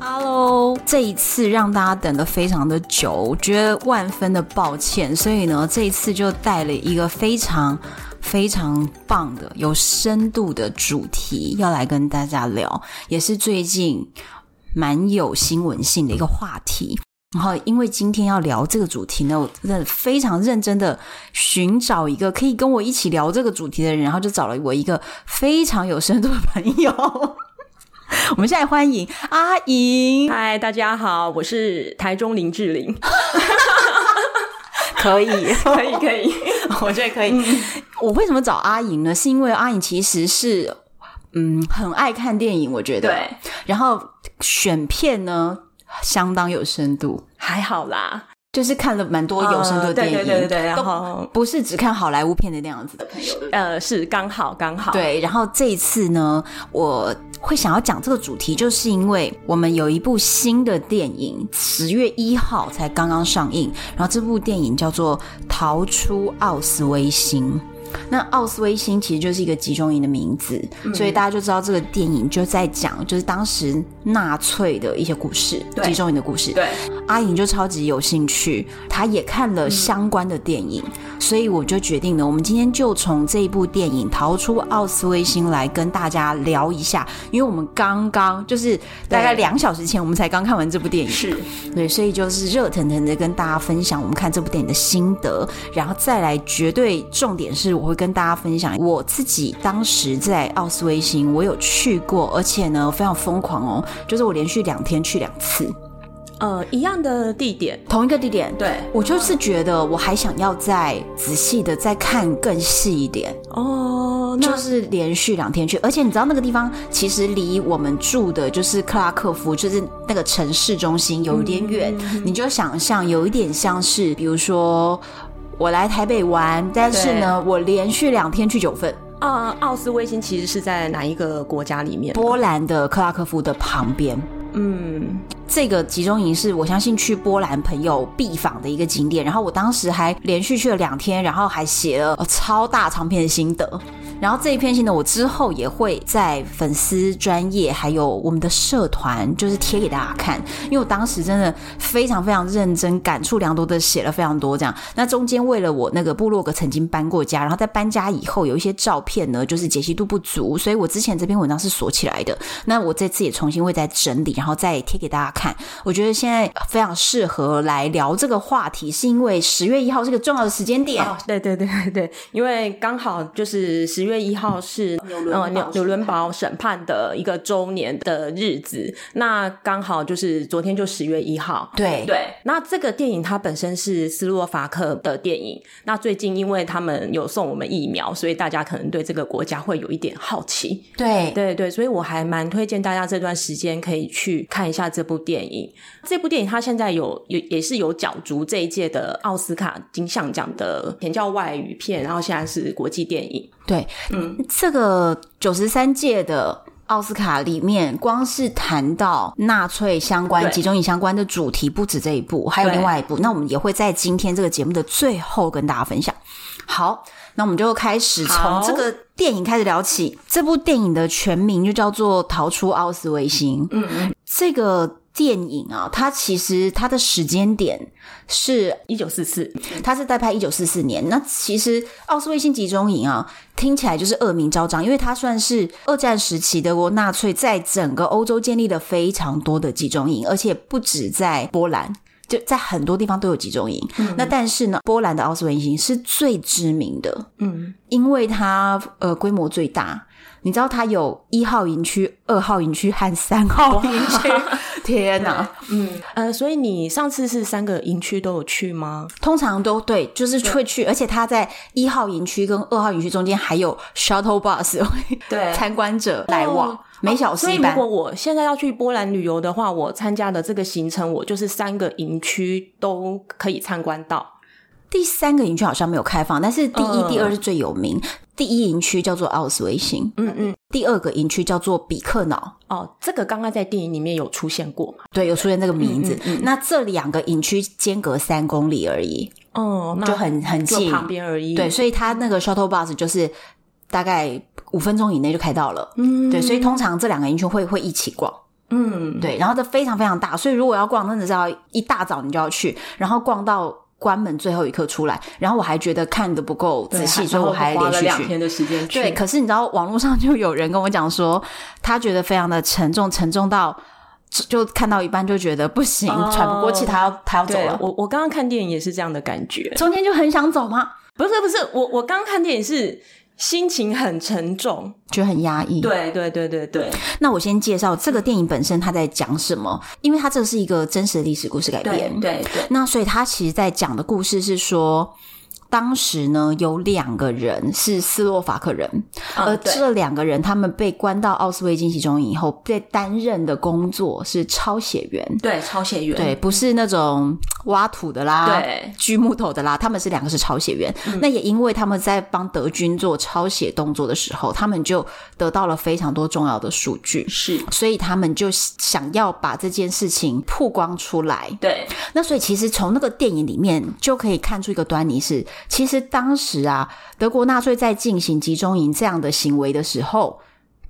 Hello，这一次让大家等得非常的久，我觉得万分的抱歉。所以呢，这一次就带了一个非常非常棒的、有深度的主题要来跟大家聊，也是最近蛮有新闻性的一个话题。然后，因为今天要聊这个主题呢，我真的非常认真的寻找一个可以跟我一起聊这个主题的人，然后就找了我一个非常有深度的朋友。 我们现在欢迎阿莹，嗨，大家好，我是台中林志 玲，可以， 可以可 以，嗯我觉得可以。我为什么找阿莹呢？是因为阿莹其实是嗯很爱看电影，我觉得。对。然后选片呢，相当有深度，还好啦，就是看了蛮多有深度的呃电对影，对对对对，然都后不是只看好莱坞片的那样子的朋友。对不对呃是刚好刚好，对，然后这一次呢，我会想要讲这个主题，就是因为我们有一部新的电影，十月一号才刚刚上映，然后这部电影叫做《逃出奥斯威辛》。那奥斯威辛其实就是一个集中营的名字，嗯所以大家就知道这个电影就在讲就是当时纳粹的一些故事，对集中营的故事。对阿颖就超级有兴趣，她也看了嗯相关的电影，所以我就决定呢，我们今天就从这一部电影《逃出奥斯威辛》来跟大家聊一下，因为我们刚刚就是大概对两小时前，我们才刚看完这部电影，是对，所以就是热腾腾的跟大家分享我们看这部电影的心得，然后再来绝对重点是我会跟大家分享我自己当时在奥斯威辛我有去过，而且呢非常疯狂哦，就是我连续两天去两次，呃一样的地点，同一个地点，对我就是觉得我还想要再仔细的再看更细一点，哦，那就是连续两天去，而且你知道那个地方其实离我们住的就是克拉克夫，就是那个城市中心有一点远，你就想象有一点像是，比如说我来台北玩，但是呢，我连续两天去九份，啊奥斯威辛其实是在哪一个国家里面？波兰的克拉克夫的旁边。嗯，这个集中营是我相信去波兰朋友必访的一个景点。然后我当时还连续去了两天，然后还写了、呃超大长篇的心得。然后这一篇心得我之后也会在粉丝专业还有我们的社团，就是贴给大家看。因为我当时真的非常非常认真，感触良多的写了非常多这样。那中间为了我那个部落格曾经搬过家，然后在搬家以后有一些照片呢，就是解析度不足，所以我之前这篇文章是锁起来的。那我这次也重新会再整理，然后再贴给大家看。我觉得现在非常适合来聊这个话题，是因为十月一号是个重要的时间点。哦，对对对对对，因为刚好就是十月一号是呃纽纽伦堡审判的一个周年的日子，那刚好就是昨天就十月一号，对对，那这个电影它本身是斯洛伐克的电影，那最近因为他们有送我们疫苗，所以大家可能对这个国家会有一点好奇。对对对，所以我还蛮推荐大家这段时间可以去看一下这部电影。这部电影它现在有有也是有角逐这一届的奥斯卡金像奖的前叫外语片，然后现在是国际电影。嗯对，这个九十三届的。奥斯卡里面，光是谈到纳粹相关、对集中营相关的主题，不止这一部，还有对另外一部。那我们也会在今天这个节目的最后跟大家分享。好，那我们就开始从好这个电影开始聊起。这部电影的全名就叫做《逃出奥斯维辛》。嗯嗯，这个电影啊，它其实它的时间点是一九四四，它是在拍一九四四年。那其实奥斯维辛集中营啊，听起来就是恶名昭彰，因为它算是二战时期德国纳粹在整个欧洲建立了非常多的集中营，而且不止在波兰。就在很多地方都有集中营，那但是呢，波兰的奥斯维辛是最知名的，嗯，因为它呃规模最大，你知道它有一号营区、二号营区和三号营区， 天哪！呃，所以你上次是三个营区都有去吗？通常都对，就是会去，而且它在一号营区跟二号营区中间还有 shuttle bus 会 对哦参观者来往，每小时所以一如班。果我现在要去波兰旅游的话，我参加的这个行程，我就是三个营区都可以参观到。第三个营区好像没有开放，但是第一、嗯第二是最有名。第一营区叫做奥斯维辛，嗯嗯，第二个营区叫做比克瑙。哦，这个刚刚在电影里面有出现过嘛？对，有出现这个名字。嗯嗯嗯那这两个营区间隔三公里而已，哦，那就很很就近。旁边而已。对，所以它那个 shuttle bus 就是大概五分钟以内就开到了。嗯，对，所以通常这两个营区会会一起逛。嗯，对，然后这非常非常大，所以如果要逛，真的是要一大早你就要去，然后逛到关门最后一刻出来。然后我还觉得看的不够对仔细，还所以我还然后花连了续两去。天的时间去。对，可是你知道，网络上就有人跟我讲说，他觉得非常的沉重，沉重到就就看到一半就觉得不行，哦喘不过气，他要他要走对了。我我刚刚看电影也是这样的感觉。中间就很想走吗？不是不是，我我刚看电影是心情很沉重。觉得很压抑。，对对对对对那我先介绍这个电影本身它在讲什么，因为它这是一个真实的历史故事改编。对对，那所以他其实在讲的故事是说，当时呢有两个人是斯洛伐克人，而嗯对这两个人他们被关到奥斯维辛集中营以后，被担任的工作是抄写员。对抄写员对，不是那种挖土的啦，嗯对嗯锯木头的啦，他们是两个是抄写员。那也因为他们在帮德军做抄写动作的时候，他们就得到了非常多重要的数据，是，所以他们就想要把这件事情曝光出来。对那所以其实从那个电影里面就可以看出一个端倪是，其实当时啊，德国纳粹在进行集中营这样的行为的时候，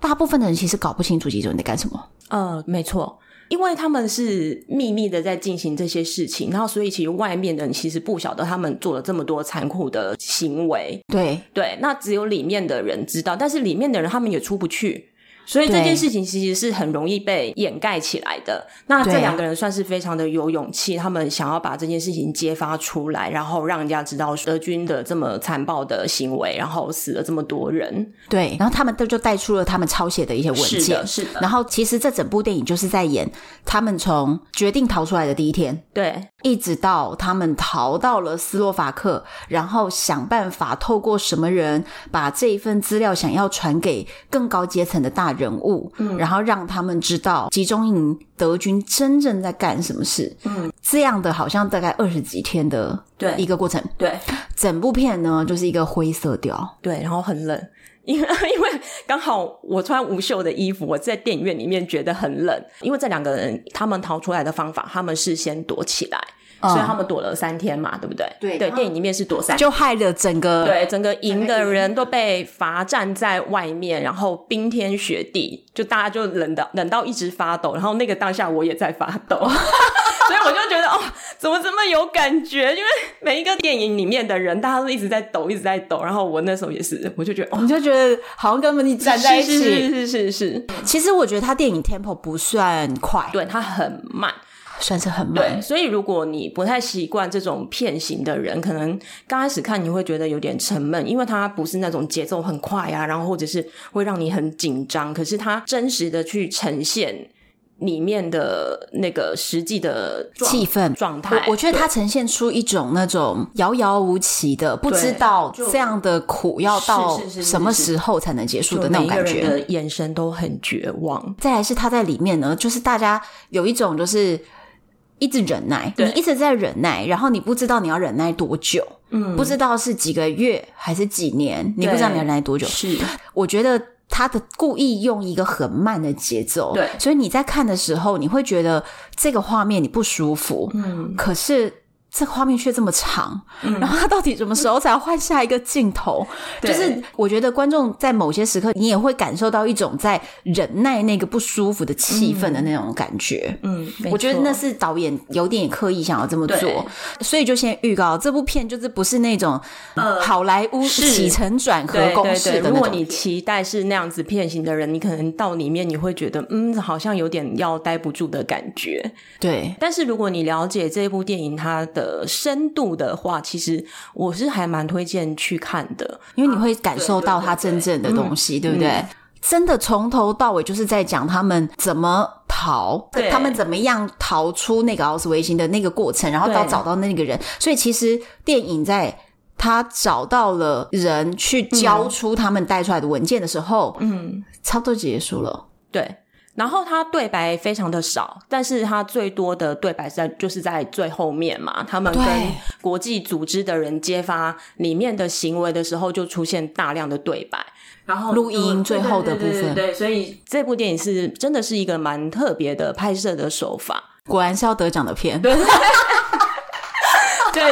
大部分的人其实搞不清楚集中营在干什么。呃，没错。因为他们是秘密的在进行这些事情，然后所以其实外面的人其实不晓得他们做了这么多残酷的行为，对，对，那只有里面的人知道，但是里面的人他们也出不去，所以这对件事情其实是很容易被掩盖起来的。那这对啊两个人算是非常的有勇气，他们想要把这件事情揭发出来，然后让人家知道德军的这么残暴的行为，然后死了这么多人。对，然后他们都就带出了他们抄写的一些文是件的，。是的，然后其实这整部电影就是在演他们从决定逃出来的第一天，对一直到他们逃到了斯洛伐克，然后想办法透过什么人把这一份资料想要传给更高阶层的大人物，嗯，然后让他们知道集中营德军真正在干什么事，嗯，这样的好像大概二十几天的对一个过程，对整部片呢就是一个灰色调，对，然后很冷。因为 因为刚好我穿无袖的衣服，我在电影院里面觉得很冷。因为这两个人他们逃出来的方法，他们是先躲起来，所以他嗯们躲了三天嘛，对不对？对对，他们电影里面是躲三天。就害了整个对，整个营的人都被罚站在外面，然后冰天雪地，就大家就冷到冷到一直发抖。然后那个当下我也在发抖， 所以我就觉得哦，怎么这么有感觉？因为每一个电影里面的人，大家都一直在抖，一直在抖。然后我那时候也是，我就觉得哦，你就觉得好像跟你站在一起。是是是是是，其实我觉得他电影 tempo 不算快，对，它很慢。算是很慢对，。所以如果你不太习惯这种片型的人，可能刚开始看你会觉得有点沉闷，因为它不是那种节奏很快啊，然后或者是会让你很紧张。可是它真实的去呈现里面的那个实际的状气氛状态，我我觉得对它呈现出一种那种遥遥无期的，不知道这样的苦要到是是是是什么时候才能结束就的那种每一感个人觉。的眼神都很绝望。再来是他在里面呢，就是大家有一种就是一直忍耐，你对一直在忍耐，然后你不知道你要忍耐多久，嗯不知道是几个月还是几年，你不知道你要忍耐多久。是我觉得他的故意用一个很慢的节奏，对所以你在看的时候，你会觉得这个画面你不舒服，嗯，可是这个画面却这么长，嗯然后他到底什么时候才要换下一个镜头？就对是我觉得观众在某些时刻，你也会感受到一种在忍耐那个不舒服的气氛的那种感觉。嗯，没我觉得错那是导演有点刻意想要这么对做，所以就先预告这部片就是不是那种呃好莱坞呃是起承转合对公对式对，的如那果种你期待是那样子片型的人，你可能到里面你会觉得，嗯，好像有点要待不住的感觉。对但是如果你了解这部电影它的深度的话，其实我是还蛮推荐去看的。因为你会感受到他真正的东西，对对对不对？真的从头到尾就是在讲他们怎么逃，对他们怎么样逃出那个奥斯维辛的那个过程，然后到对找到那个人。所以其实电影在他找到了人去交出他们带出来的文件的时候，嗯，差不多结束了。对。然后他对白非常的少，但是他最多的对白是在就是在最后面嘛，他们跟对国际组织的人揭发里面的行为的时候，就出现大量的对白，然后录音最后的部分对对对对对，所以这部电影是真的是一个蛮特别的拍摄的手法。 果然是要得奖的片。对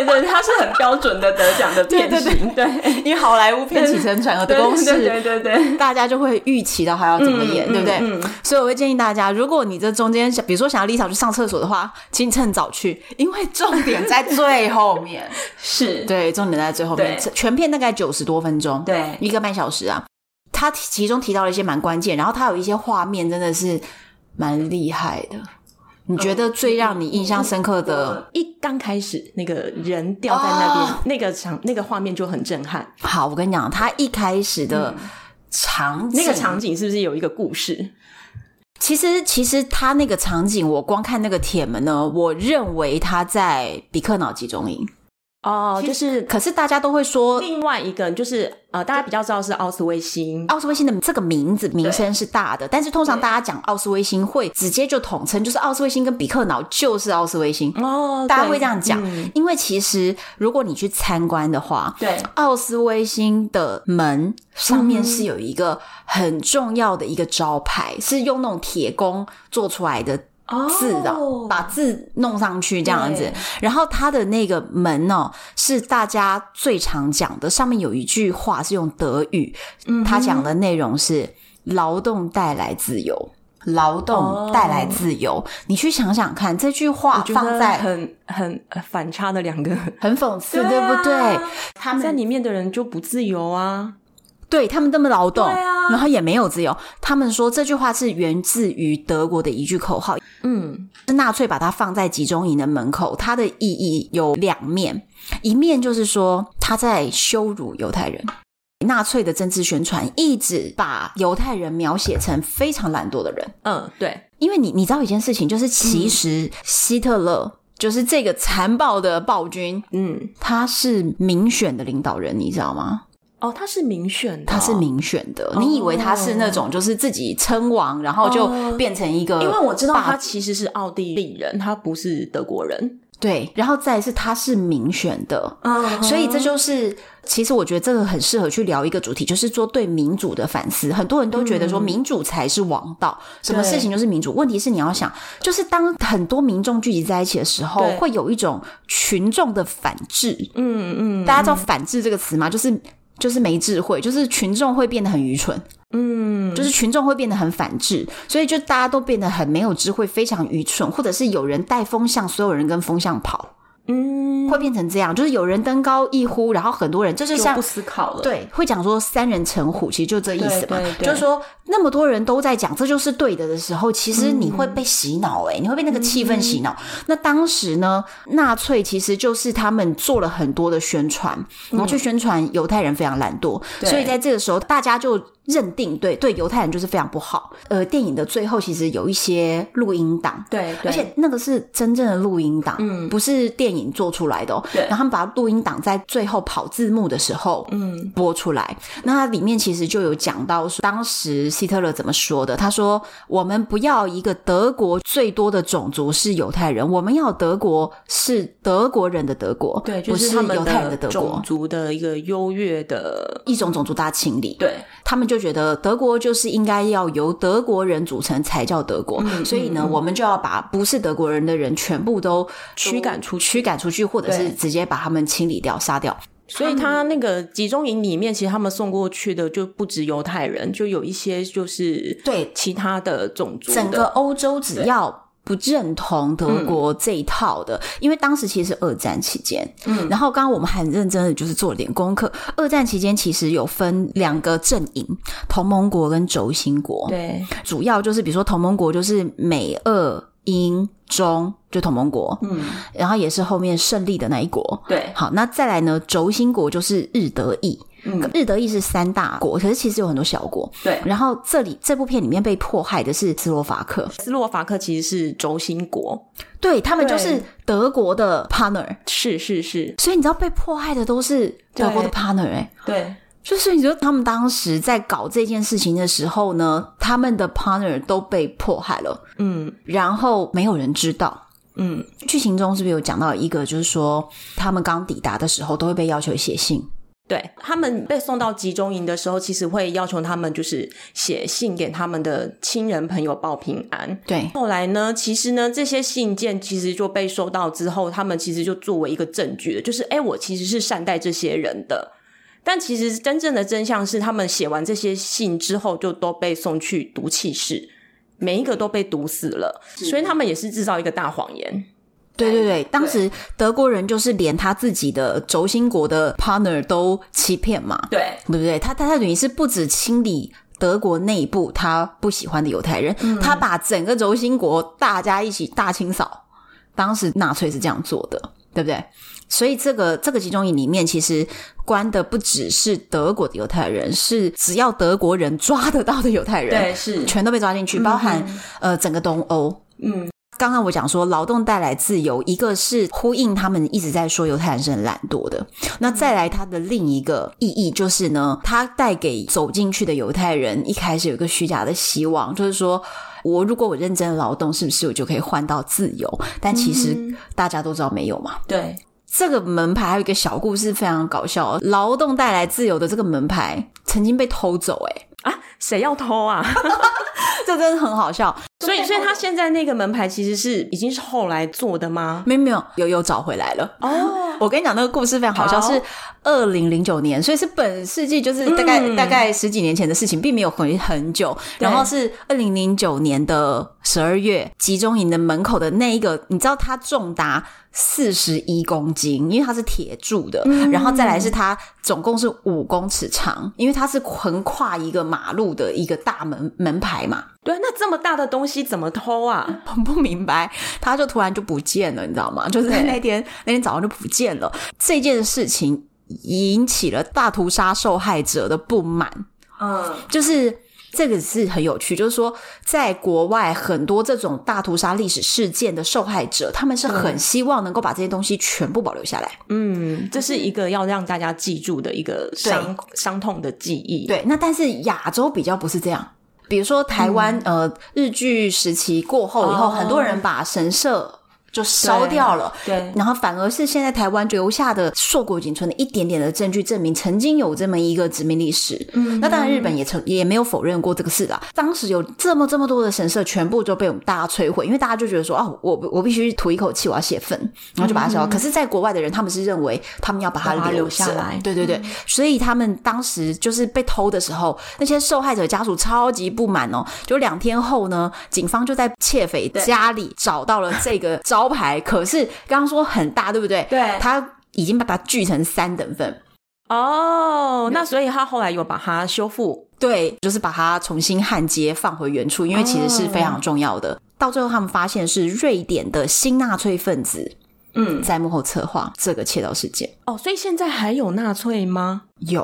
对，它是很标准的得奖的对对片对型，对因为好莱坞片起承转 合的公式，对对对对 大家就会预期到他要怎么演，嗯对不对？嗯嗯所以我会建议大家，如果你这中间想，比如说想要 Lisa 去上厕所的话，请你趁早去，因为重点在最后 面。是，对，重点在最后面。对全片大概九十多分钟，对一个半小时啊。他其中提到了一些蛮关键，然后他有一些画面真的是蛮厉害的。你觉得最让你印象深刻的？一刚开始那个人掉在那边，哦那个场那个画面就很震撼。好，我跟你讲，他一开始的场景，嗯那个场景是不是有一个故事？其实，其实他那个场景，我光看那个铁门呢，我认为他在比克瑙集中营。哦，其就是可是大家都会说，另外一个就是呃，大家比较知道是奥斯维辛。奥斯威辛的这个名字名声是大的，但是通常大家讲奥斯威辛会直接就统称，就是奥斯威辛跟比克瑙就是奥斯威辛，哦，大家对会这样讲。嗯因为其实如果你去参观的话，对，奥斯威辛的门上面是有一个很重要的一个招牌，是用那种铁工做出来的哦字的，把字弄上去这样子对。然后它的那个门哦，是大家最常讲的，上面有一句话是用德语，嗯他讲的内容是劳动带来自由。劳动带来自由你去想想看，这句话哦我觉得放在很很呃反差的两个，很讽刺，对啊不对？？他在里面的人就不自由啊。对他们这么劳动，对啊然后也没有自由。他们说这句话是源自于德国的一句口号，嗯，是纳粹把它放在集中营的门口，它的意义有两面，一面就是说他在羞辱犹太人。纳粹的政治宣传一直把犹太人描写成非常懒惰的人，嗯，对，因为你你知道一件事情，就是其实希特勒就是这个残暴的暴君，嗯，他是民选的领导人，你知道吗？哦，他是民选的哦，他是民选的，你以为他是那种就是自己称王，然后就哦变成一个，因为我知道他其实是奥地利人，他不是德国人，对，然后再来是他是民选的，嗯所以这就是其实我觉得这个很适合去聊一个主题，就是说对民主的反思。很多人都觉嗯得说民主才是王道，什么事情就是民主。问题是你要想，就是当很多民众聚集在一起的时候，对会有一种群众的反制。嗯嗯大家知道“反制”这个词吗？就是。就是没智慧，就是群众会变得很愚蠢。嗯，就是群众会变得很反智，所以就大家都变得很没有智慧，非常愚蠢，或者是有人带风向，所有人跟风向跑，嗯，会变成这样，就是有人登高一呼，然后很多人，这就就像不。思考了，，对，会讲说三人成虎，其实就这意思嘛，对对对就是说那么多人都在讲这就是对的的时候，其实你会被洗脑、欸，你会被那个气氛洗脑。嗯那当时呢，纳粹其实就是他们做了很多的宣传，然后去宣传犹太人非常懒惰，嗯对所以在这个时候大家就认定对对犹太人就是非常不好。呃，电影的最后其实有一些录音档，对对而且那个是真正的录音档，嗯不是电影做出来的、哦。对然后他们把录音档在最后跑字幕的时候，嗯，播出来。那它里面其实就有讲到说，当时希特勒怎么说的？他说：“我们不要一个德国最多的种族是犹太人，我们要德国是德国人的德国，对，不就是是他们犹太人的德种国。”族的嗯一个优越的，一种种族大清理，对，他们就觉得德国就是应该要由德国人组成才叫德国，嗯所以呢，我们就要把不是德国人的人全部都驱赶出去驱赶出去，或者是对直接把他们清理掉、杀掉。所以他那个集中营里面，其实他们送过去的就不止犹太人，就有一些就是对其他的种族的，整个欧洲只要。不认同德国这一套的，因为当时其实是二战期间，嗯，然后刚刚我们很认真的就是做了点功课。二战期间其实有分两个阵营，同盟国跟轴心国，，对，主要就是比如说同盟国就是美、俄、英、中，就同盟国，嗯，然后也是后面胜利的那一国，对，好，那再来呢？轴心国就是日德意，嗯日德意是三大国，可是其实有很多小国。对然后这里这部片里面被迫害的是斯洛伐克，斯洛伐克其实是轴心国，对他们就是对德国的 partner，是是是，所以你知道被迫害的都是德国的对 partner 哎、对，就是你说他们当时在搞这件事情的时候呢，他们的 partner 都被迫害了，嗯然后没有人知道。嗯，剧情中是不是有讲到一个，就是说他们刚抵达的时候都会被要求写信？对他们被送到集中营的时候，其实会要求他们就是写信给他们的亲人朋友报平安。对，后来呢，其实呢，这些信件其实就被收到之后，他们其实就作为一个证据了，就是哎，诶我其实是善待这些人的。但其实真正的真相是，他们写完这些信之后，就都被送去毒气室，每一个都被毒死了。所以他们也是制造一个大谎言。对对对，当时德国人就是连他自己的轴心国的 partner 都欺骗嘛，对，对不对？他他他等于是不止清理德国内部他不喜欢的犹太人，他把整个轴心国大家一起大清扫。当时纳粹是这样做的，对不对？所以这个这个集中营里面，其实关的不只是德国的犹太人，是只要德国人抓得到的犹太人，对是全都被抓进去，包含、呃整个东欧，嗯，刚刚我讲说，劳动带来自由，一个是呼应他们一直在说犹太人是很懒惰的，那再来它的另一个意义就是呢，它带给走进去的犹太人一开始有一个虚假的希望，就是说我如果我认真劳动，是不是我就可以换到自由？但其实大家都知道没有嘛。对，这个门牌还有一个小故事非常搞笑哦，劳动带来自由的这个门牌曾经被偷走、诶，谁要偷啊？哎，这真的很好笑。所以，所以他现在那个门牌其实是已经是后来做的吗？没有没有，有有找回来了。哦，我跟你讲，那个故事非常好笑，好是二零零九年，所以是本世纪，就是大概、嗯大概十几年前的事情，并没有很很久。对然后是二零零九年的十二月，集中营的门口的那一个，你知道它重达四十一公斤，因为它是铁柱的，然后再来是它总共是五公尺长，因为它是横跨一个马路的一个大门门牌嘛。对，那这么大的东西怎么偷啊？我 不明白，他就突然就不见了，你知道吗？ 就是对那天那天早上就不见了。这件事情引起了大屠杀受害者的不满，嗯，就是。这个是很有趣，就是说，在国外很多这种大屠杀历史事件的受害者，他们是很希望能够把这些东西全部保留下来。嗯，这是一个要让大家记住的一个伤伤痛的记忆。，对，那但是亚洲比较不是这样。比如说台湾，呃，日据时期过后以后，嗯哦很多人把神社就烧掉了，对然后反而是现在台湾留下的硕果仅存的一点点的证据，证明曾经有这么一个殖民历史。嗯，那当然日本也曾也没有否认过这个事啦。当时有这么这么多的神社，全部就被我们大家摧毁，因为大家就觉得说，哦，我我必须吐一口气，我要泄愤，然后就把它烧掉。可是，在国外的人，他们是认为他们要嗯把它把它留留下着来对对对，所以他们当时就是被偷的时候，那些受害者家属超级不满哦。就两天后呢，警方就在窃匪家里找到了这个招牌，可是刚刚说很大，对不对？对他已经把它锯成三等份。哦，那所以他后来有把它修复。对，就是把它重新焊接放回原处，因为其实是非常重要的。到最后，他们发现是瑞典的新纳粹分子嗯，在幕后策划这个窃盗事件。哦，所以现在还有纳粹吗？有，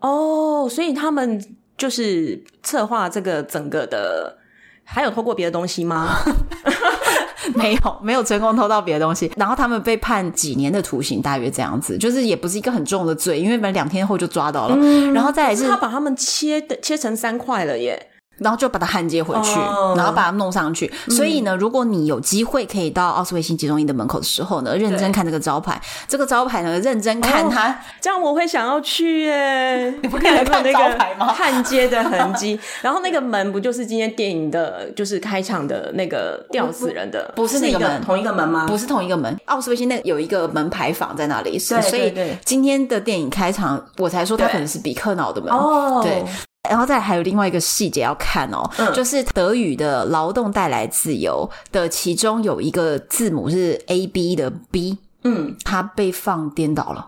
哦，所以他们就是策划这个整个的，还有偷过别的东西吗？ 没有，没有成功偷到别的东西。然后他们被判几年的徒刑，大约这样子，就是也不是一个很重的罪，因为本来两天后就抓到了，然后再来是嗯他，把他们切的切成三块了耶。然后就把它焊接回去，哦嗯然后把它弄上去。所以呢，如果你有机会可以到奥斯维辛集中营的门口的时候呢，认真看这个招牌，这个招牌呢，认真看它。这样我会想要去欸 耶！你不可以来看招牌吗 焊接的痕迹，然后那个门不就是今天电影的，就是开场的那个吊死人的，不是那个门同一个门吗？不是同一个门，奥斯维辛那有一个门牌坊在那里，所对所以对对今天的电影开场，我才说它对可能是比克瑙的门哦对，然后再还有另外一个细节要看哦，嗯就是德语的“劳动带来自由”的其中有一个字母是 A B 的 B，嗯，它被放颠倒 了，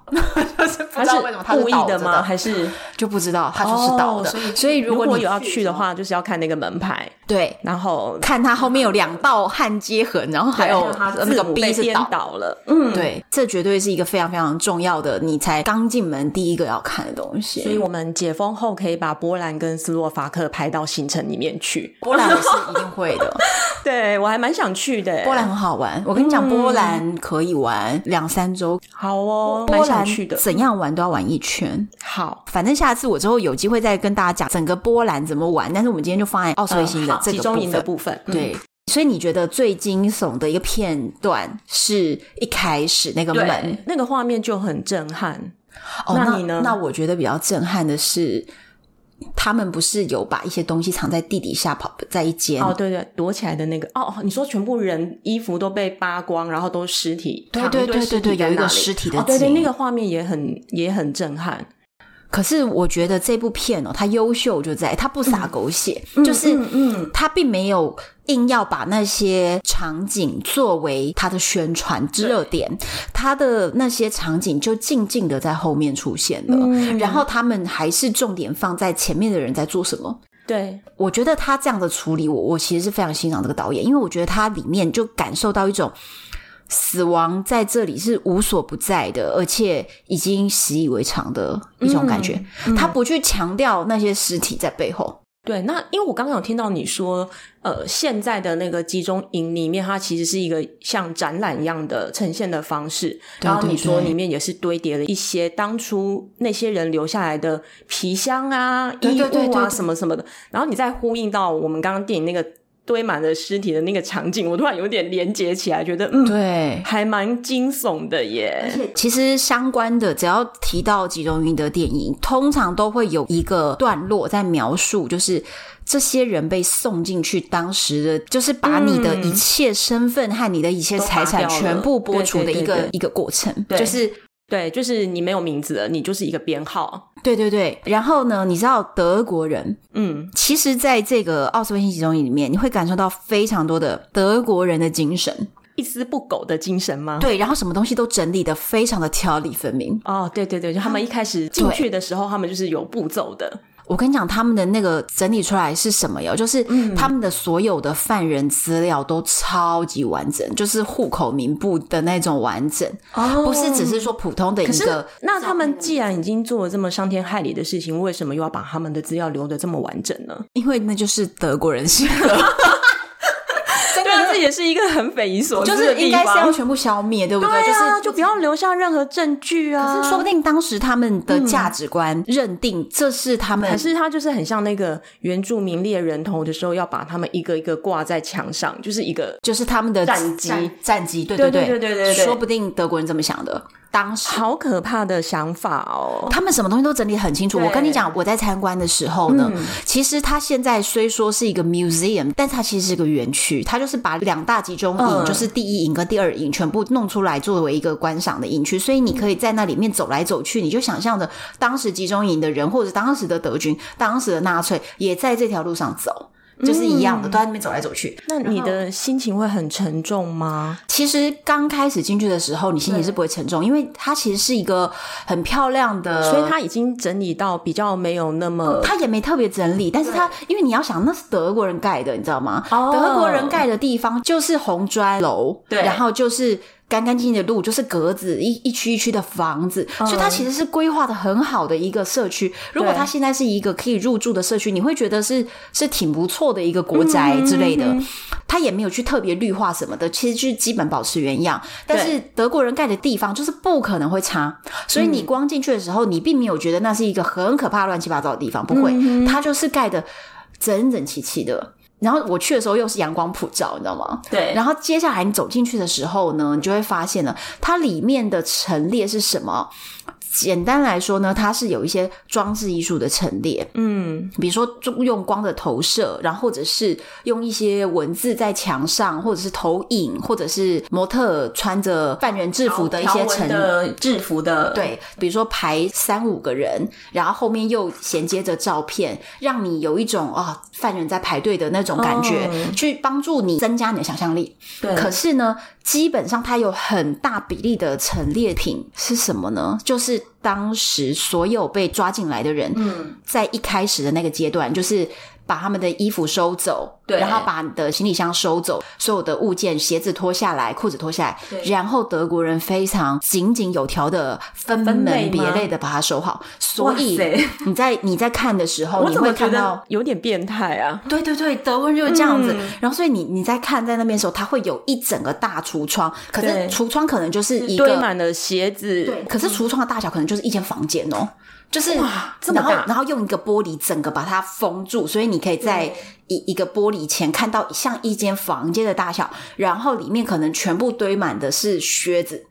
就是不他是故意的吗？？还是就不知道它就是倒的，哦所以所以如如果你有要去的，话，就是要看那个门牌，对。然后看它后面有两道焊接痕，然后还有他那个字母 B 被是颠倒倒了，嗯，对，这绝对是一个非常非常重要的，你才刚进门第一个要看的东西。所以我们解封后可以把波兰跟斯洛伐克排到行程里面去。波兰我是一定会的，对我还蛮想去的。欸波兰很好玩，我跟你嗯讲，波兰可以玩两三周，好哦，蛮波想兰去的。怎样玩都要玩一圈。好，反正下次我之后有机会再跟大家讲整个波兰怎么玩，但是我们今天就放在奥斯维辛的嗯呃好这集个中部营的分。部分，嗯对，所以你觉得最惊悚的一个片段是一开始那个门对，那个画面就很震撼。哦，那那你呢那我觉得比较震撼的是，他们不是有把一些东西藏在地底下跑在一间哦，对对，躲起来的那个哦，你说全部人衣服都被扒光，然后都尸体，对躺对一堆对尸对体对在有一个那里尸体的哦，对对，景那个画面也很也很震撼，可是我觉得这部片哦，它优秀就在它不撒狗血，就是嗯嗯它并没有硬要把那些场景作为它的宣传热点，它的那些场景就静静的在后面出现了，嗯然后他们还是重点放在前面的人在做什么。对，我觉得他这样的处理我，我其实是非常欣赏这个导演，因为我觉得他里面就感受到一种死亡在这里是无所不在的，而且已经习以为常的一种感觉。他不去强调那些尸体在背后，对，那因为我刚刚有听到你说，呃，现在的那个集中营里面，它其实是一个像展览一样的呈现的方式。对然后你对说对里面也是堆叠了一些当初那些人留下来的皮箱啊、对对对衣物对啊对什么什么的。然后你再呼应到我们刚刚电影那个堆满了尸体的那个场景，我突然有点连接起来，觉得嗯，对。还蛮惊悚的耶。其实相关的，只要提到集中营的电影，通常都会有一个段落在描述，就是这些人被送进去当时的，就是把你的一切身份和你的一切财产都拔掉了全部剥除的一对对个对对一个过程，对就是对，就是你没有名字了，你就是一个编号。对对对，然后呢，你知道德国人，嗯，其实在这个奥斯维辛集中营里面，你会感受到非常多的德国人的精神，一丝不苟的精神吗？对，然后什么东西都整理的非常的条理分明。哦，对对对，就他们一开始进去的时候，他们就是有步骤的。我跟你讲，他们的那个整理出来是什么哟？就是嗯他们的所有的犯人资料都超级完整，就是户口名簿的那种完整，哦不是只是说普通的可一是个。那他们既然已经做了这么伤天害理的事情，为什么又要把他们的资料留得这么完整呢？因为那 就是德国人性格，对啊，这也是一个很 匪夷所就思的是应地该是要方。全部消灭，对不对啊，就是就不要留下任何证据啊！可是说不定当时他们的价值观认定这是他们还是他就是很像那个原住民猎人头的时候，要把他们一个一个挂在墙上，就是一个就是他们的战绩战战绩，对对对对对对对对说不定德国人这么想的。当时好可怕的想法哦。他们什么东西都整理得很清楚。对嗯我跟你讲，我在参观的时候呢，其实它现在虽说是一个 museum，但它其实是个园区，它就是把两大集中营，嗯就是第一营跟第二营全部弄出来作为一个观赏的营区，所以你可以在那里面走来走去，你就想象着当时集中营的人，或者当时的德军、当时的纳粹也在这条路上走。嗯就是一样的，都在那边走来走去。那你的心情会很沉重吗？其实刚开始进去的时候，你心情是不会沉重，因为它其实是一个很漂亮的，所以他已经整理到比较没有那么他也没特别整理，但是他因为你要想，那是德国人盖的，你知道吗？哦德国人盖的地方就是红砖楼，对然后就是干干净净的路，就是格子，一一区一区的房子，嗯所以它其实是规划的很好的一个社区。如果它现在是一个可以入住的社区，你会觉得是是挺不错的一个国嗯宅之类的。它也没有去特别绿化什么的，其实就是基本保持原样。但是德国人盖的地方就是不可能会差，所以你光进去的时候，你并没有觉得那是一个很可怕、乱七八糟的地方，不会，它就是盖的整整齐齐的。然后我去的时候又是阳光普照，你知道吗？对然后接下来你走进去的时候呢，你就会发现了它里面的陈列是什么。简单来说呢，它是有一些装置艺术的陈列，嗯，比如说就用光的投射，然后或者是用一些文字在墙上，或者是投影，或者是模特穿着犯人制服的一些陈的制服的，对，比如说排三五个人，然后后面又衔接着照片，让你有一种啊、犯人在排队的那种感觉，哦去帮助你增加你的想象力。对可是呢，基本上它有很大比例的陈列品是什么呢？就是嗯当时所有被抓进来的人，嗯，在一开始的那个阶段，就是把他们的衣服收走，对然后把你的行李箱收走，所有的物件、鞋子脱下来，裤子脱下来对，然后德国人非常井井有条的分分类门吗别类的把它收好，所以哇塞你在你在看的时候，我你怎会么觉看到得。有点变态啊？对对对，德国人就是这样子。嗯然后，所以你你在看在那边的时候，它会有一整个大橱窗，可是对橱窗可能就是一堆个满了鞋对，子，可是橱窗的大小可能就是一间房间哦，就是哇这么然后大然后用一个玻璃整个把它封住，所以你可以在一一个玻璃前看到像一间房间的大小，然后里面可能全部堆满的是靴子，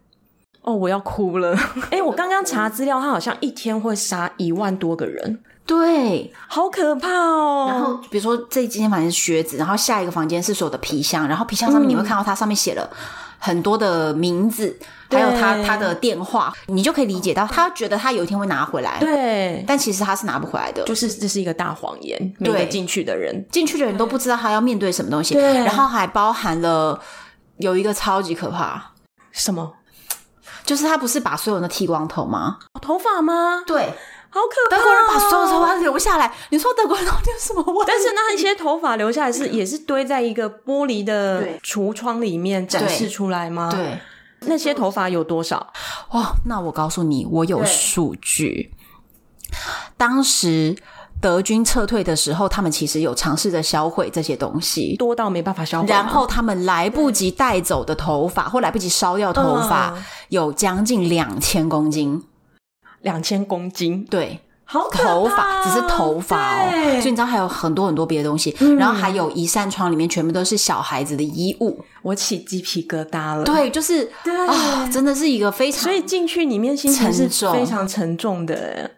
哦，我要哭了。 哎、我刚刚查资料，他好像一天会杀一万多个人，对，好可怕哦。然后比如说这一间房间是靴子，然后下一个房间是所有的皮箱，然后皮箱上面你会看到它上面写了。很多的名字，还有他对他的电话，你就可以理解到，他觉得他有一天会拿回来，对，但其实他是拿不回来的。就是这是一个大谎言，每个对进去的人进去的人都不知道他要面对什么东西，对然后还包含了有一个超级可怕，什么就是他不是把所有人都剃光头吗？头发吗？对，好可怕、哦德国人把所有头。发留下来，你说德国人到底有什么问题？但是那一些头发留下来是也是堆在一个玻璃的对橱窗里面展示出来吗？，对，那些头发有多少？哇，哦那我告诉你，我有对数据。当时德军撤退的时候，他们其实有尝试着销毁这些东西，多到没办法销毁吗。然后他们来不及带走的头发或来不及烧掉头发，嗯有将近两千公斤。两千公斤，对，好可怕啊头发，只是头发哦，所对嗯以你知道还有很多很多别的东西，然后还有一扇窗里面全部都是小孩子的衣物，我起鸡皮疙瘩了。，对，就是对啊，真的是一个非常，所以进去里面心情沉是重非常沉重的。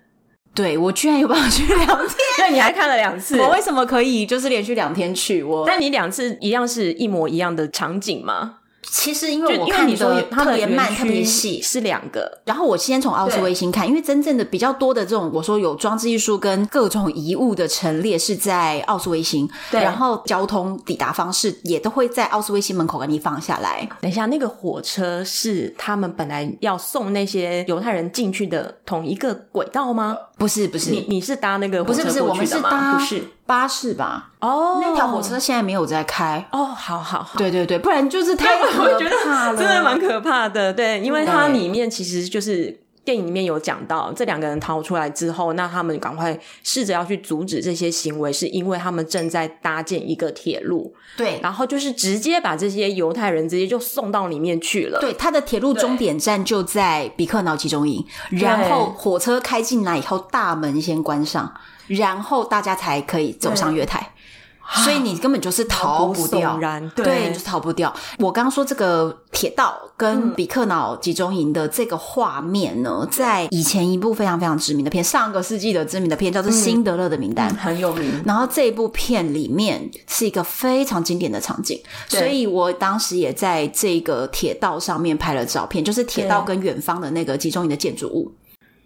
对我居然有办法去 两天，对，你还看了两次我为什么可以就是连续两天去？我但你两次一样是一模一样的场景吗？其实因就为我因为看你说的它特的别慢，园特别区细。是两个，然后我先从奥斯威辛看，因为真正的比较多的这种，我说有装置艺术跟各种遗物的陈列是在奥斯威辛，对然后交通抵达方式也都会在奥斯威辛门口给你放下来。等一下，那个火车是他们本来要送那些犹太人进去的同一个轨道吗？不是不是，你你是搭那个火不是车不是，我过们去是的搭吗？不是巴士吧？哦，那条火车现在没有在开。哦，好好好。对对对，不然就是太 我会觉可怕得了真的蛮可怕的，对，因为它对里面其实就是电影里面有讲到，这两个人逃出来之后，那他们赶快试着要去阻止这些行为，是因为他们正在搭建一个铁路，对然后就是直接把这些犹太人直接就送到里面去了。对，它的铁路终点站就在比克瑙集中营，然后火车开进来以后，大门先关上，然后大家才可以走上月台。所以你根本就是逃不毛掉骨悚，然对对，你就是逃不掉。我刚刚说这个铁道嗯跟比克瑙集中营的这个画面呢，在以前一部非常非常知名的片，上个世纪的知名的片嗯叫做《辛德勒的名单》，很有名，然后这一部片里面是一个非常经典的场景，对所以我当时也在这个铁道上面拍了照片，就是铁道跟远方的那个集中营的建筑物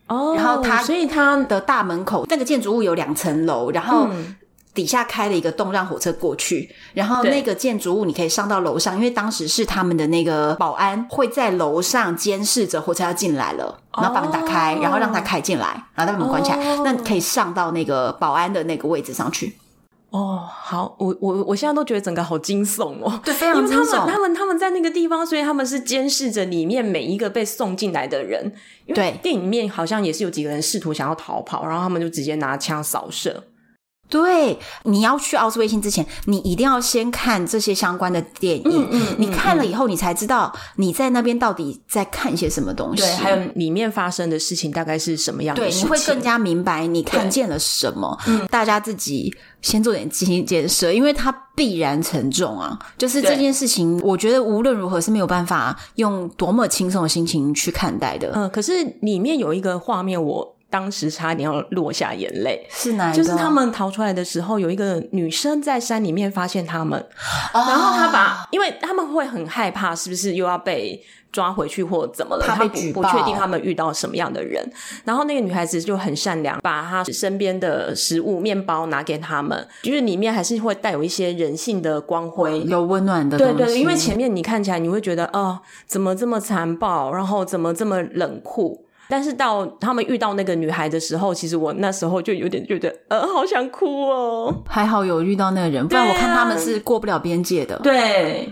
哦，然后它所以它的大门口，那个建筑物有两层楼，然后嗯底下开了一个洞让火车过去，然后对那个建筑物你可以上到楼上，因为当时是他们的那个保安会在楼上监视着火车要进来了，然后把门打开哦然后让它开进来，然后再把门关起来哦那你可以上到那个保安的那个位置上去。哦，好，我我我现在都觉得整个好惊悚哦。对，非因为他惊们悚。他们他们在那个地方，所以他们是监视着里面每一个被送进来的人。因为对电影里面好像也是有几个人试图想要逃跑，然后他们就直接拿枪扫射。对，你要去奥斯威辛之前，你一定要先看这些相关的电影。嗯你看了以后，你才知道你在那边到底在看些什么东西。还有里面发生的事情大概是什么样的对，事你情？会更加明白你看见了什么。嗯，大家自己先做点心理建设，因为它必然沉重啊。就是这对件事情，我觉得无论如何是没有办法用多么轻松的心情去看待的。嗯、可是里面有一个画面，我当时差点要落下眼泪。是哪一就个？是他们逃出来的时候，有一个女生在山里面发现他们，哦，然后他把，因为他们会很害怕，是不是又要被抓回去或怎么了？怕他被不举不报确定他们遇到什么样的人。然后那个女孩子就很善良，把她身边的食物、面包拿给他们，就是里面还是会带有一些人性的光辉。有温暖的东对西。对，因为前面你看起来你会觉得哦，怎么这么残暴，然后怎么这么冷酷。但是到他们遇到那个女孩的时候，其实我那时候就有点觉得，呃，好想哭哦。还好有遇到那个人，不然对我啊看他们是过不了边界的。对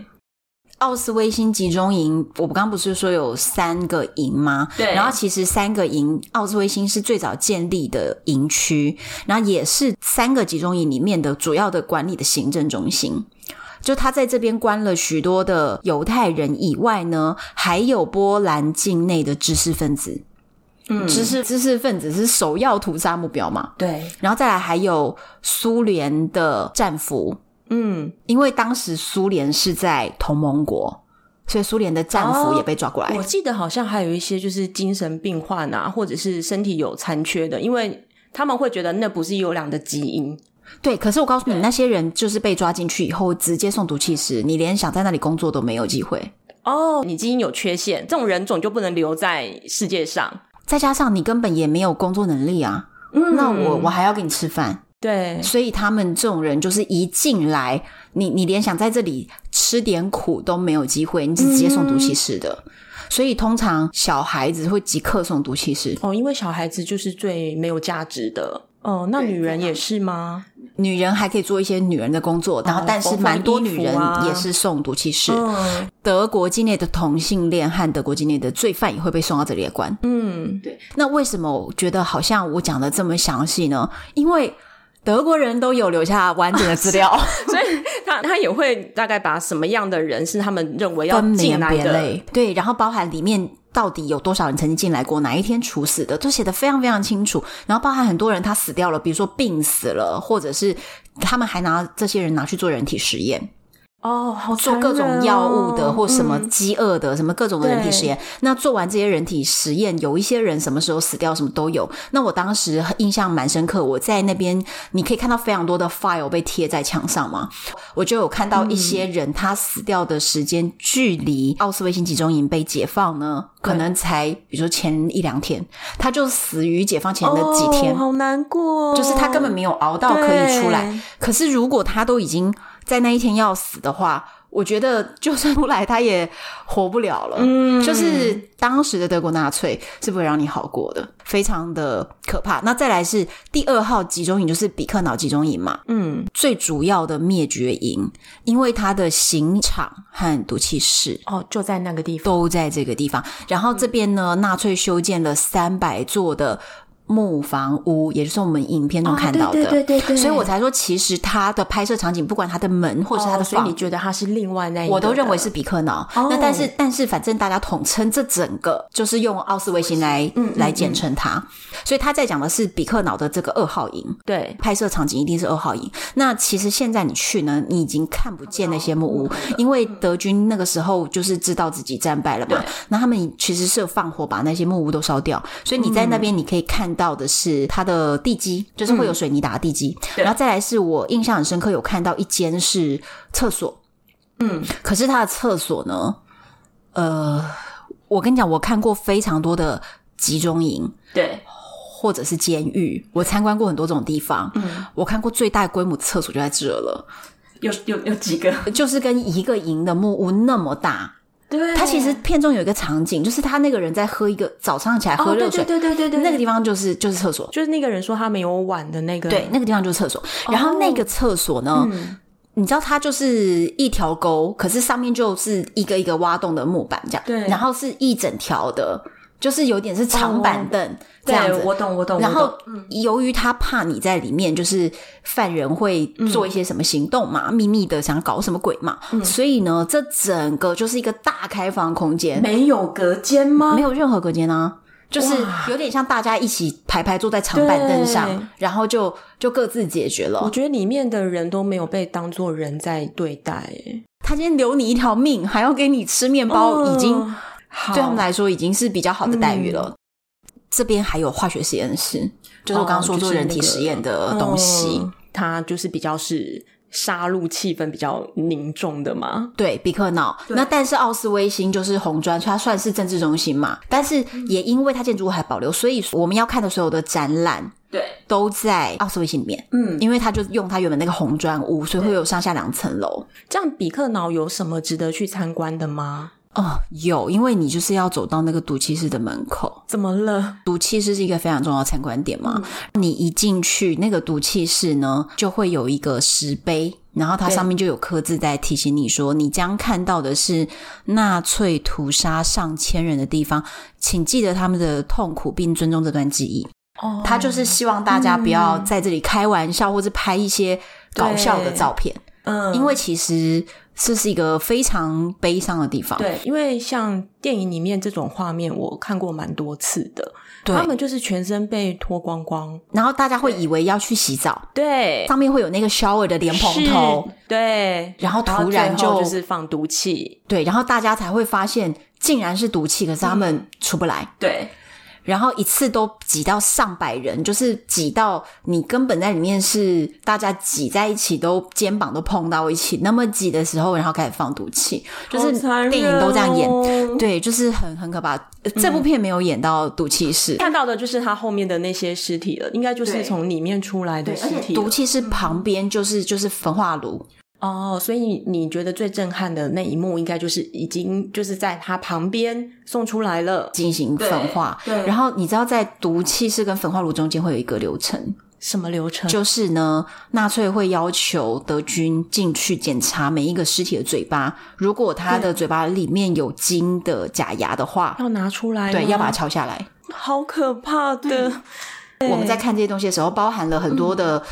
奥斯威辛集中营，我刚刚不是说有三个营吗？对然后其实三个营，奥斯威辛是最早建立的营区，然后也是三个集中营里面的主要的管理的行政中心。就他在这边关了许多的犹太人以外呢，还有波兰境内的知识分子。嗯知识知识分子是首要屠杀目标嘛？对，然后再来还有苏联的战俘，嗯，因为当时苏联是在同盟国，所以苏联的战俘哦也被抓过来。我记得好像还有一些就是精神病患啊，或者是身体有残缺的，因为他们会觉得那不是优良的基因。对，可是我告诉你，那些人就是被抓进去以后，直接送毒气室，你连想在那里工作都没有机会。哦，你基因有缺陷，这种人种就不能留在世界上。再加上你根本也没有工作能力啊，嗯那我我还要给你吃饭，对所以他们这种人就是一进来，你你连想在这里吃点苦都没有机会，你是直接送毒气室的。嗯所以通常小孩子会即刻送毒气室，哦，因为小孩子就是最没有价值的。哦，那女人也是吗？女人还可以做一些女人的工作，然后哦但是缝缝蛮多衣女服人啊也是送毒气室。 嗯德国境内的同性恋和德国境内的罪犯也会被送到这里来关。嗯，那为什么我觉得好像我讲的这么详细呢？因为德国人都有留下完整的资 料，所以他他也会大概把什么样的人是他们认为要分进门来别的类，对，然后包含里面到底有多少人曾经进来过，哪一天处死的，都写的非常非常清楚。然后包含很多人他死掉了，比如说病死了，或者是他们还拿这些人拿去做人体实验。哦，好做各残种忍哦药物的，或什么嗯饥饿的，什么各种的人体实验。那做完这些人体实验，有一些人什么时候死掉，什么都有。那我当时印象蛮深刻，我在那边你可以看到非常多的 file 被贴在墙上嘛，我就有看到嗯一些人他死掉的时间距离奥斯维辛集中营被解放呢，可对能才比如说前一两天，他就死于解放前的几天哦、。好难过哦，就是他根本没有熬到可以出来对。可是如果他都已经在那一天要死的话，我觉得就算出来他也活不了了。嗯就是当时的德国纳粹是不会让你好过的，非常的可怕。那再来是第二号集中营，就是比克瑙集中营嘛，嗯最主要的灭绝营，因为它的刑场和毒气室。哦，就在那个地方，都在这个地方。然后这边呢，纳粹修建了三百座的木房屋，也就是我们影片中看到的。哦对对对对对所以我才说，其实它的拍摄场景，不管它的门或者是它的哦所以房。你觉得他是另外那一个的，我都认为是比克瑙，哦那但是但是反正大家统称这整个就是用奥斯维辛来嗯嗯来简称它，所以他在讲的是比克瑙的这个二号营，对拍摄场景一定是二号营。那其实现在你去呢，你已经看不见那些木屋，因为德军那个时候就是知道自己战败了嘛对。那他们其实是有放火把那些木屋都烧掉，所以你在那边你可以看到的是它的地基，就是会有水泥打的地基。嗯对然后再来是我印象很深刻，有看到一间是厕所，嗯可是它的厕所呢，呃，我跟你讲，我看过非常多的集中营。对或者是监狱，我参观过很多种地方，嗯，我看过最大规模的厕所就在这了，有有有几个，就是跟一个营的木屋那么大。对它其实片中有一个场景，就是他那个人在喝一个早上起来喝哦热对水，对对对对对，那个地方就是就是厕所，就是那个人说他没有碗的那个，对，那个地方就是厕所。然后那个厕所呢，哦嗯你知道它就是一条沟，可是上面就是一个一个挖洞的木板这样，对然后是一整条的，就是有点是长板凳、这样子哦对。我懂我懂，然我后懂，嗯由于他怕你在里面，就是犯人会做一些什么行动嘛，嗯秘密的想搞什么鬼嘛，所以呢，这整个就是一个大开放空间，没有隔间吗？没有任何隔间啊。就是哇有点像大家一起排排坐在长板凳对上，然后就就各自解决我了。觉得里面的人都没有被当做人在对待，哎他今天留你一条命，还要给你吃面包，已经哦好嗯对他们来说已经是比较好的待遇了。这边还有化学实验室，就是我刚刚说哦就做是人体那个实验的呃东西。嗯它就是比较是杀戮气氛比较凝重的嘛。对，比克瑙。对那但是奥斯威辛就是红砖，它算是政治中心嘛。但是也因为它建筑物还保留，所以我们要看的所有的展览对，都在奥斯威辛里面，嗯，因为它就用它原本那个红砖屋，所以会有上下两层楼。这样比克瑙有什么值得去参观的吗？哦，有，因为你就是要走到那个毒气室的门口。怎么了？毒气室是一个非常重要的参观点嘛，嗯你一进去那个毒气室呢，就会有一个石碑。然后它对上面就有刻字在提醒你说，你将看到的是纳粹屠杀上千人的地方，请记得他们的痛苦并尊重这段记忆。哦他就是希望大家不要嗯在这里开玩笑，或是拍一些搞笑的对照片，嗯因为其实这是一个非常悲伤的地方。对，因为像电影里面这种画面，我看过蛮多次的。对他们就是全身被脱光光，然后大家会以为要去洗澡，对，上面会有那个 shower 的莲蓬头，是，对，然后突然最后就就是放毒气，对，然后大家才会发现竟然是毒气，可是嗯他们出不来。对，然后一次都挤到上百人，就是挤到你根本在里面是大家挤在一起，都肩膀都碰到一起，那么挤的时候，然后开始放毒气，就是电影都这样演，对。对，就是很很可怕。呃这嗯部片没有演到毒气室，看到的就是他后面的那些尸体了，应该就是对从里面出来的嗯尸体了毒气室旁边就是就是焚化炉，哦。所以你觉得最震撼的那一幕，应该就是已经就是在他旁边送出来了，进行焚化。对对然后你知道，在毒气室跟焚化炉中间会有一个流程，啊什么流程？就是呢，纳粹会要求德军进去检查每一个尸体的嘴巴，如果他的嘴巴里面有金的假牙的话，要拿出来吗，对，要把它敲下来。好可怕的。我们在看这些东西的时候，包含了很多的。嗯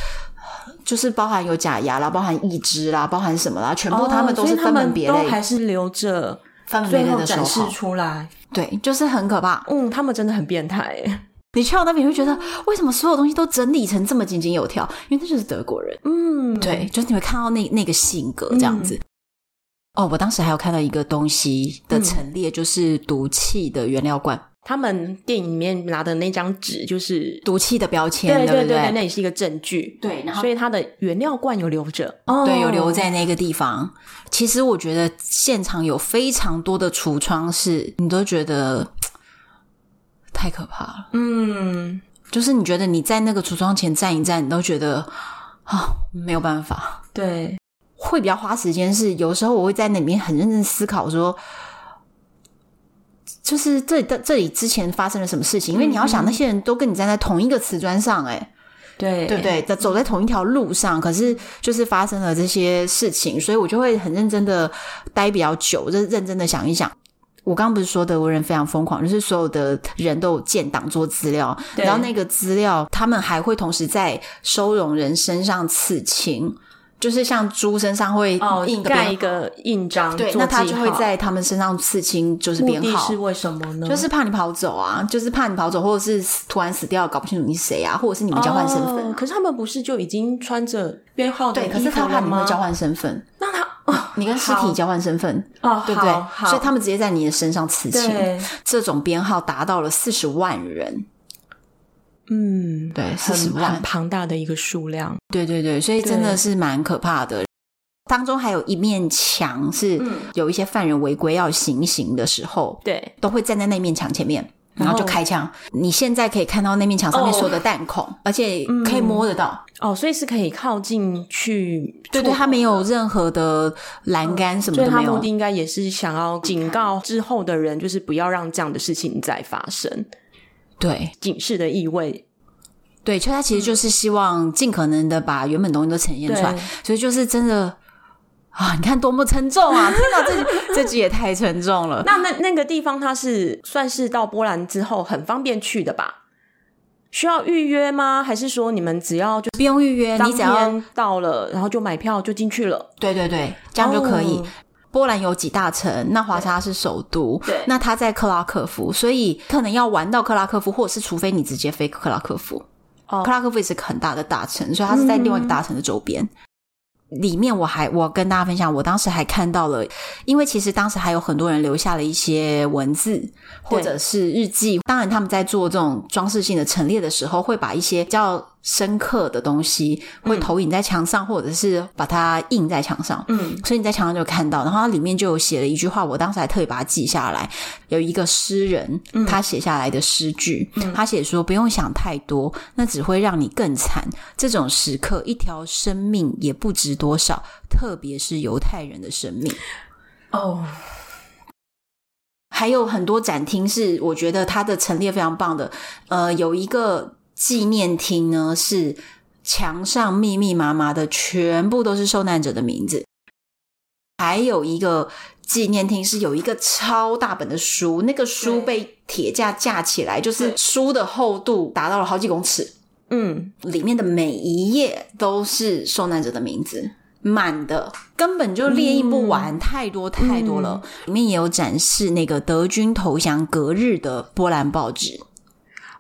就是包含有假牙啦，包含义肢啦，包含什么啦，全部他们都哦是所以他分门们别类都，还是留着，分门别最类后的展手示好。出来。对，就是很可怕。嗯，他们真的很变态耶。你去到那边你会觉得，为什么所有东西都整理成这么井井有条？因为那就是德国人。嗯，对，就是你会看到那那个性格这样子。哦，我当时还有看到一个东西嗯的陈列，就是毒气的原料罐、他们电影里面拿的那张纸就是，毒气的标签，对不对对，那也是一个证据。对然后所以它的原料罐有留着，哦对，有留。在那个地方。其实我觉得现场有非常多的橱窗是，你都觉得嘖太可怕了。嗯，就是你觉得你在那个橱窗前站一站，你都觉得啊没有办法。对，会比较花时间是，有时候我会在那里面很认真思考说，就是这里的这里之前发生了什么事情，因为你要想那些人都跟你站在同一个瓷砖上、哎、对，对不？对？走在同一条路上，可是就是发生了这些事情，所以我就会很认真的待比较久，就是认真的想一想。我刚刚不是说德国人非常疯狂，就是所有的人都有建档做资料，对然后那个资料他们还会同时在收容人身上刺青，就是像猪身上会哦，印个编盖号一个印章，对，做那他记就会号在他们身上刺青，就是目编的号是。为什么呢？就是怕你跑走啊，就是怕你跑走，或者是死突然死掉，搞不清楚你是谁啊，或者是你们交换身份。哦可是他们不是就已经穿着编号的对，可是衣服他怕哦了你们吗会交换身份，那他哦你跟尸体好交换身份，哦，对不对好？好所以他们直接在你的身上刺青，对，这种编号达到了四十万人。嗯，对40很万很庞大的一个数量。对对对，所以真对的是蛮可怕的。当中还有一面墙是嗯有一些犯人违规要行刑的时候，对，都会站在那面墙前面，然然后后就开枪。你现在可以看到那面墙上面哦所有的弹孔，而且可以摸得到。哦，所以是可以靠近去触碰的，对对，它没有任何的栏杆，什么所以都他没目有的。应该也嗯是想要警告之后的人，就是不要让这样的事情再发生，对警示的意味。对，所以它其实就是希望尽可能的把原本东西都呈现出来嗯对，所以就是真的。啊！你看多么沉重啊！天哪，这这集也太沉重了。那那那个地方，它是算是到波兰之后很方便去的吧？需要预约吗？还是说你们只要就不用预约，当你只要天到了，然后就买票就进去了？对对对，这样就可以。哦波兰有几大城，那华沙是首都，对那它在克拉科夫，所以可能要玩到克拉科夫，或者是除非你直接飞克拉科夫。哦克拉科夫也是个很大的大城，所以它是在另外一个大城的周嗯边。里面我还我跟大家分享，我当时还看到了，因为其实当时还有很多人留下了一些文字或者是日记。当然，他们在做这种装饰性的陈列的时候，会把一些比较深刻的东西会投影在墙上，或者是把它印在墙上。嗯，所以你在墙上就看到，然后它里面就有写了一句话，我当时还特别把它记下来。有一个诗人，他写下来的诗句，他写说：“不用想太多，那只会让你更惨。这种时刻，一条生命也不值多少，特别是犹太人的生命。哦，”还有很多展厅是我觉得它的陈列非常棒的。呃，有一个纪念厅呢，是墙上密密麻麻的，全部都是受难者的名字。还有一个纪念厅是有一个超大本的书，那个书被铁架架起来，就是对书的厚度达到了好几公尺，嗯，里面的每一页都是受难者的名字，满的，根本就列印不完，太多太多了。嗯里面也有展示那个德军投降隔日的波兰报纸，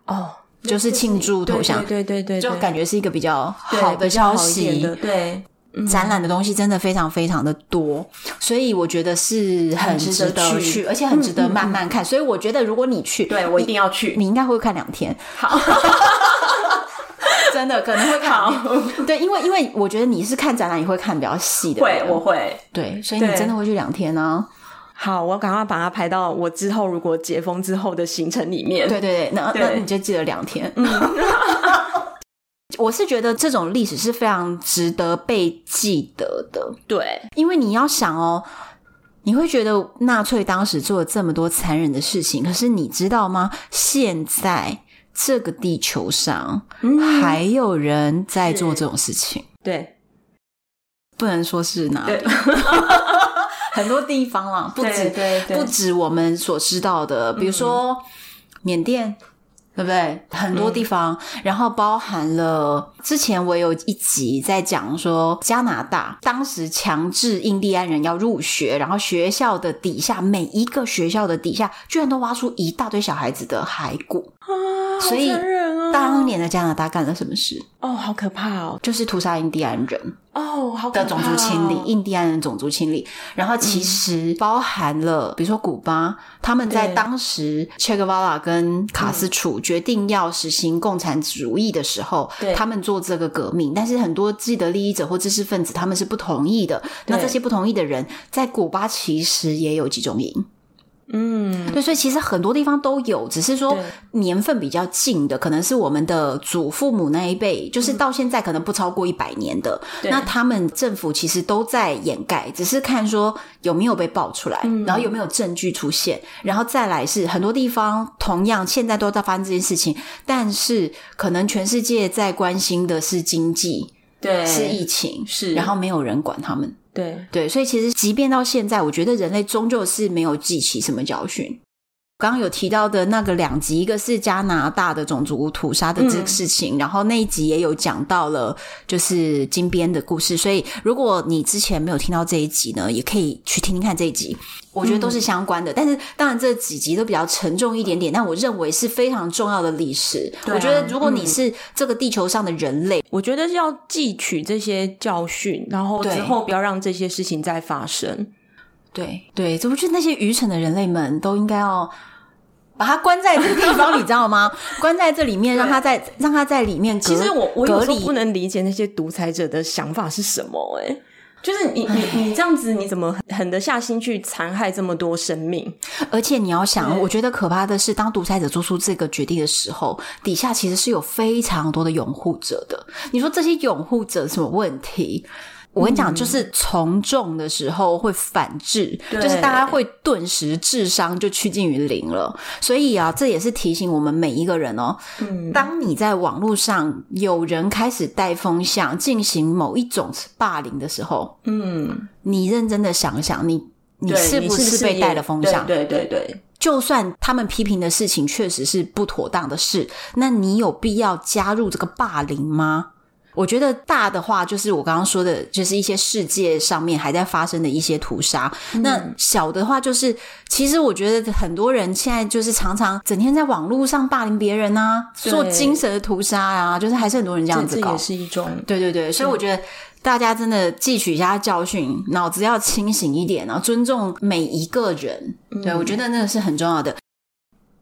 哦，就是庆祝投降，对对对对对，就感觉是一个比较对好的比较消好一点息。的，对，展览的东西真的非常非常的多，所以我觉得是很很值值得得去嗯去，而且很值得慢慢看。所以我觉得如果你去，对我一定要去。你应该会看两天。好， 真的可 能会看两天。对，因为因为我觉得你是看展览，你会看比较细 的会人。，我会。对，所以你对真的会去两天 呢、好，我赶快把它排到我之后如果解封之后的行程里面。对对对，那那对嗯你就记得两天。 我是觉得这种历史是非常值得被记得的，对因为你要想哦，你会觉得纳粹当时做了这么多残忍的事情，可是你知道吗？现在这个地球上、嗯还有人在做这种事情，对不能说是哪里，很多地方啦， 不止对不止我们所知道的，比如说缅甸。对不对？很多地方，然后包含了之前我有一集在讲说加拿大当时强制印第安人要入学，然后学校的底下每一个学校的底下居然都挖出一大堆小孩子的骸骨。啊，所以好残忍哦当年的加拿大干了什么事？哦，好可怕哦，就是屠杀印第安人。哦，好可怕的哦嗯种族清理，印第安人种族清理，然后其实包含了，比如说古巴，他们在对当时切格瓦拉跟卡斯楚决定要实行共产主义的时候对，他们做这个革命，但是很多既得利益者或知识分子他们是不同意的。那对这些不同意的人，在古巴其实也有集中营，嗯，对，所以其实很多地方都有，只是说对年份比较近的，可能是我们的祖父母那一辈，就是到现在可能不超过一百年的，对那他们政府其实都在掩盖，只是看说有没有被爆出来，嗯然后有没有证据出现，然后再来是很多地方同样现在都在发生这件事情，但是可能全世界在关心的是经济。对是疫情，是然后没有人管他们，对对，所以其实即便到现在，我觉得人类终究是没有记起什么教训。刚刚有提到的那个两集，一个是加拿大的种族屠杀的嗯这个事情，然后那一集也有讲到了就是金边的故事，所以如果你之前没有听到这一集呢，也可以去听听看这一集，我觉得嗯都是相关的。但是当然这几集都比较沉重一点点，但我认为是非常重要的历史。对啊我觉得如果你嗯是这个地球上的人类，我觉得是要汲取这些教训，然后对之后不要让这些事情再发生。对对，这不就是那些愚蠢的人类们都应该要把它关在这个地方，你知道吗？关在这里面，让它在让它在里面隔。其实我我有隔时候离不能理解那些独裁者的想法是什么、哎，就是你 你你这样子，你怎么狠得下心去残害这么多生命？而且你要想，对我觉得可怕的是，当独裁者做出这个决定的时候，底下其实是有非常多的拥护者的。你说这些拥护者有什么问题？我跟你嗯讲，就是从众的时候会反制，对就是大家会顿时智商就趋近于零了。所以啊，这也是提醒我们每一个人哦，嗯当你在网络上有人开始带风向，进行某一种霸凌的时候，嗯，你认真的想想，你你对是不是被也带了风向？对对对对，就算他们批评的事情确实是不妥当的事，那你有必要加入这个霸凌吗？我觉得大的话就是我刚刚说的，就是一些世界上面还在发生的一些屠杀。那小的话就是，其实我觉得很多人现在就是常常整天在网络上霸凌别人啊，对做精神的屠杀啊，就是还是很多人这样这子这搞也。是一种对对对，所以我觉得大家真的汲取一下教训，脑子要清醒一点，然后尊重每一个人。嗯对我觉得那个是很重要的。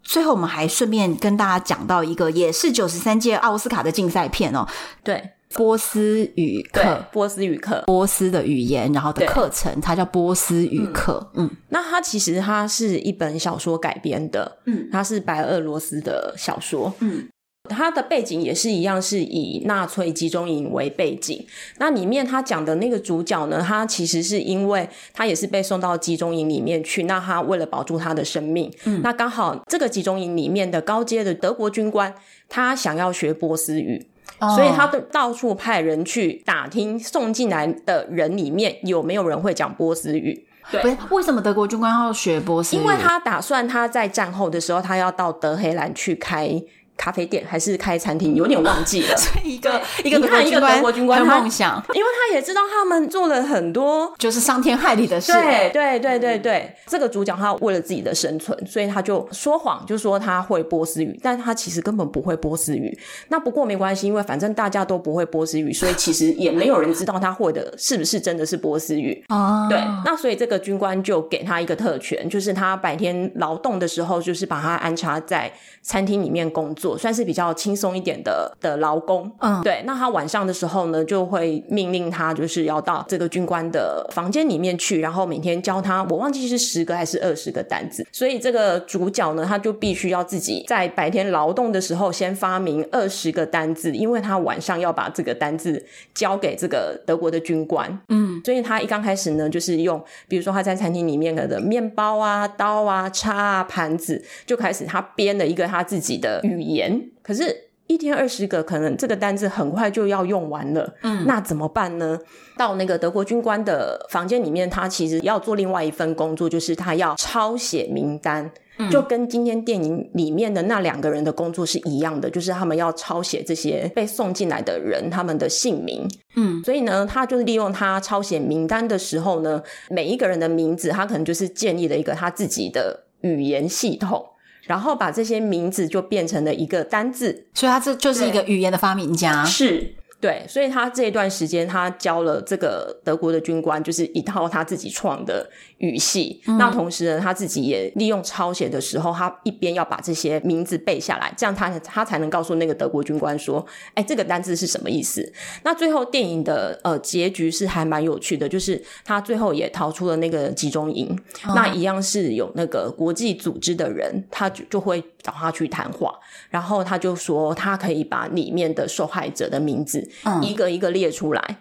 最后，我们还顺便跟大家讲到一个，也是九十三届奥斯卡的竞赛片哦，对波斯语对课，波斯语课。波斯的语言，然后的对课程，它叫波斯语课。嗯，那它其实它是一本小说改编的，嗯它是白俄罗斯的小说，嗯，它的背景也是一样，是以纳粹集中营为背景。那里面他讲的那个主角呢，他其实是因为他也是被送到集中营里面去，那他为了保住他的生命，嗯、那刚好这个集中营里面的高阶的德国军官，他想要学波斯语。所以他哦都到处派人去打听送进来的人里面有没有人会讲波斯语。不是为什么德国军官要学波斯语？因为他打算他在战后的时候，他要到德黑兰去开咖啡店还是开餐厅，有点忘记 了。一个对一个你看一个德国军官的他梦想，因为他也知道他们做了很多就是伤天害理的事。对对对对对，这个主角他为了自己的生存，所以他就说谎，就说他会波斯语，但他其实根本不会波斯语。那不过没关系，因为反正大家都不会波斯语，所以其实也没有人知道他会的是不是真的是波斯语。哦，对，那所以这个军官就给他一个特权，就是他白天劳动的时候，就是把他安插在餐厅里面工作，算是比较轻松一点的的劳工。嗯对。那他晚上的时候呢，就会命令他就是要到这个军官的房间里面去，然后每天教他，我忘记是十个还是二十个单子。所以这个主角呢，他就必须要自己在白天劳动的时候先发明二十个单字，因为他晚上要把这个单字交给这个德国的军官。嗯，所以他一刚开始呢，就是用，比如说他在餐厅里面的面包啊、刀啊、叉啊、盘子，就开始他编了一个他自己的语言。可是，一天二十个，可能这个单字很快就要用完了。嗯那怎么办呢？到那个德国军官的房间里面，他其实要做另外一份工作，就是他要抄写名单。嗯就跟今天电影里面的那两个人的工作是一样的，就是他们要抄写这些被送进来的人他们的姓名，嗯所以呢，他就是利用他抄写名单的时候呢，每一个人的名字，他可能就是建立了一个他自己的语言系统，然后把这些名字就变成了一个单字。所以他这就是一个语言的发明家。是。对，所以他这一段时间，他教了这个德国的军官，就是一套他自己创的语系。那同时呢，他自己也利用抄写的时候，他一边要把这些名字背下来，这样他他才能告诉那个德国军官说，哎，这个单字是什么意思？那最后电影的呃结局是还蛮有趣的，就是他最后也逃出了那个集中营，那一样是有那个国际组织的人，他就就会找他去谈话，然后他就说他可以把里面的受害者的名字嗯一个一个列出来，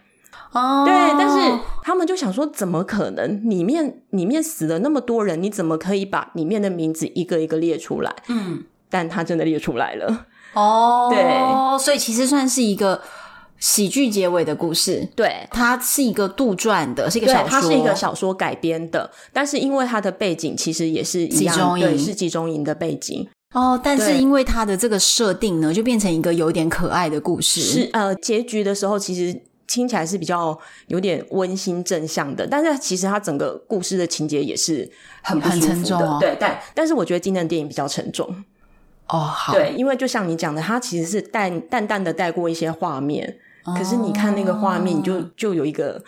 哦，对，但是他们就想说，怎么可能？里面里面死了那么多人，你怎么可以把里面的名字一个一个列出来？嗯但他真的列出来了。哦，对，所以其实算是一个喜剧结尾的故事。对，它是一个杜撰的，是一个对小，说，它是一个小说改编的，但是因为它的背景其实也是一样，集中营对，是集中营的背景，哦。但是对因为它的这个设定呢，就变成一个有点可爱的故事。是呃，结局的时候其实。听起来是比较有点温馨正向的，但是其实它整个故事的情节也是很不很舒沉服重的哦对，但但是我觉得今天的电影比较沉重，哦，好，对，因为就像你讲的，它其实是淡淡淡的带过一些画面，哦，可是你看那个画面，你就就有一个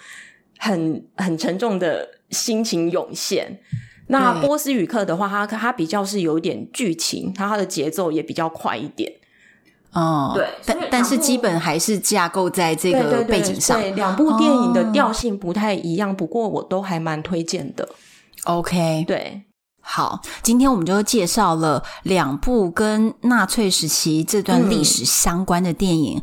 很很沉重的心情涌现。那对波斯语课的话，它它比较是有一点剧情，它它的节奏也比较快一点。哦，对但所以但然是后基本还是架构在这对对个对背景上。对两部电影的哦调性不太一样，不过我都还蛮推荐的。 OK，对，好，今天我们就介绍了两部跟纳粹时期这段历史相关的电影，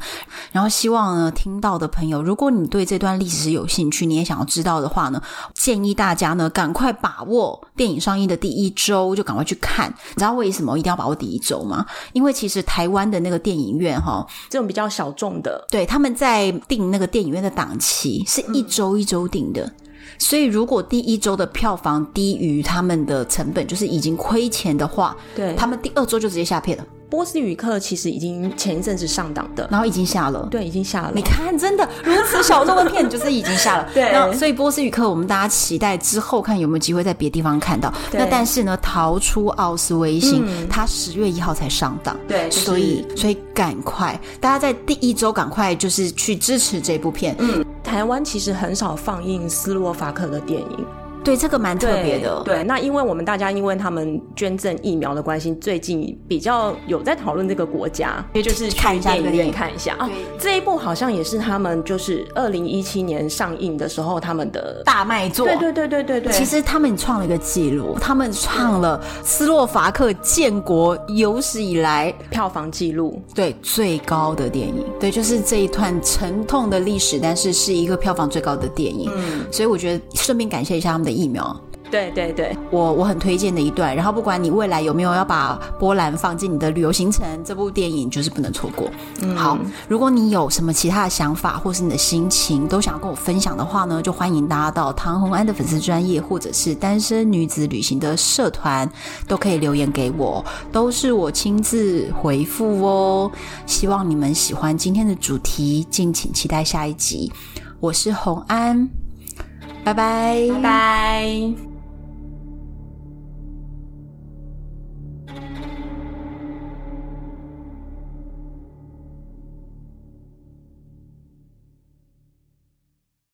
然后希望呢听到的朋友，如果你对这段历史有兴趣，你也想要知道的话呢，建议大家呢赶快把握电影上映的第一周，就赶快去看。你知道为什么一定要把握第一周吗？因为其实台湾的那个电影院哈、这种比较小众的，对，他们在定那个电影院的档期是嗯一周一周定的。所以，如果第一周的票房低于他们的成本，就是已经亏钱的话，对，他它们第二周就直接下片了，波斯语课其实已经前一阵子上档的，然后已经下了。对，已经下了你。看，真的如此小众的片，就是已经下了。 对那所以《波斯语课》我们大家期待之后看有没有机会在别的地方看到。对那但是呢，《逃出奥斯维辛》嗯它十月一号才上档，对，就是所以所以赶快，大家在第一周赶快就是嗯去支持这部片。台湾其实很少放映斯洛伐克的电影，对，这个蛮特别的。对，对那因为我们大家因为他们捐赠疫苗的关系，最近比较有在讨论这个国家，就就是去看一下电这影个院电影看一下啊对。这一部好像也是他们就是二零一七年上映的时候他们的，大卖座。对对对对对对，其实他们创了一个记录，他们创了斯洛伐克建国有史以来票房记录，对最高的电影，对，就是这一段沉痛的历史，但是是一个票房最高的电影。嗯，所以我觉得顺便感谢一下他们的疫苗，对对对，我我很推荐的一段。然后不管你未来有没有要把波兰放进你的旅游行程，这部电影就是不能错过。好，如果你有什么其他的想法或是你的心情都想跟我分享的话呢，就欢迎大家到唐红安的粉丝专业或者是单身女子旅行的社团，都可以留言给我，都是我亲自回复哦。希望你们喜欢今天的主题，敬请期待下一集。我是红安，拜拜拜。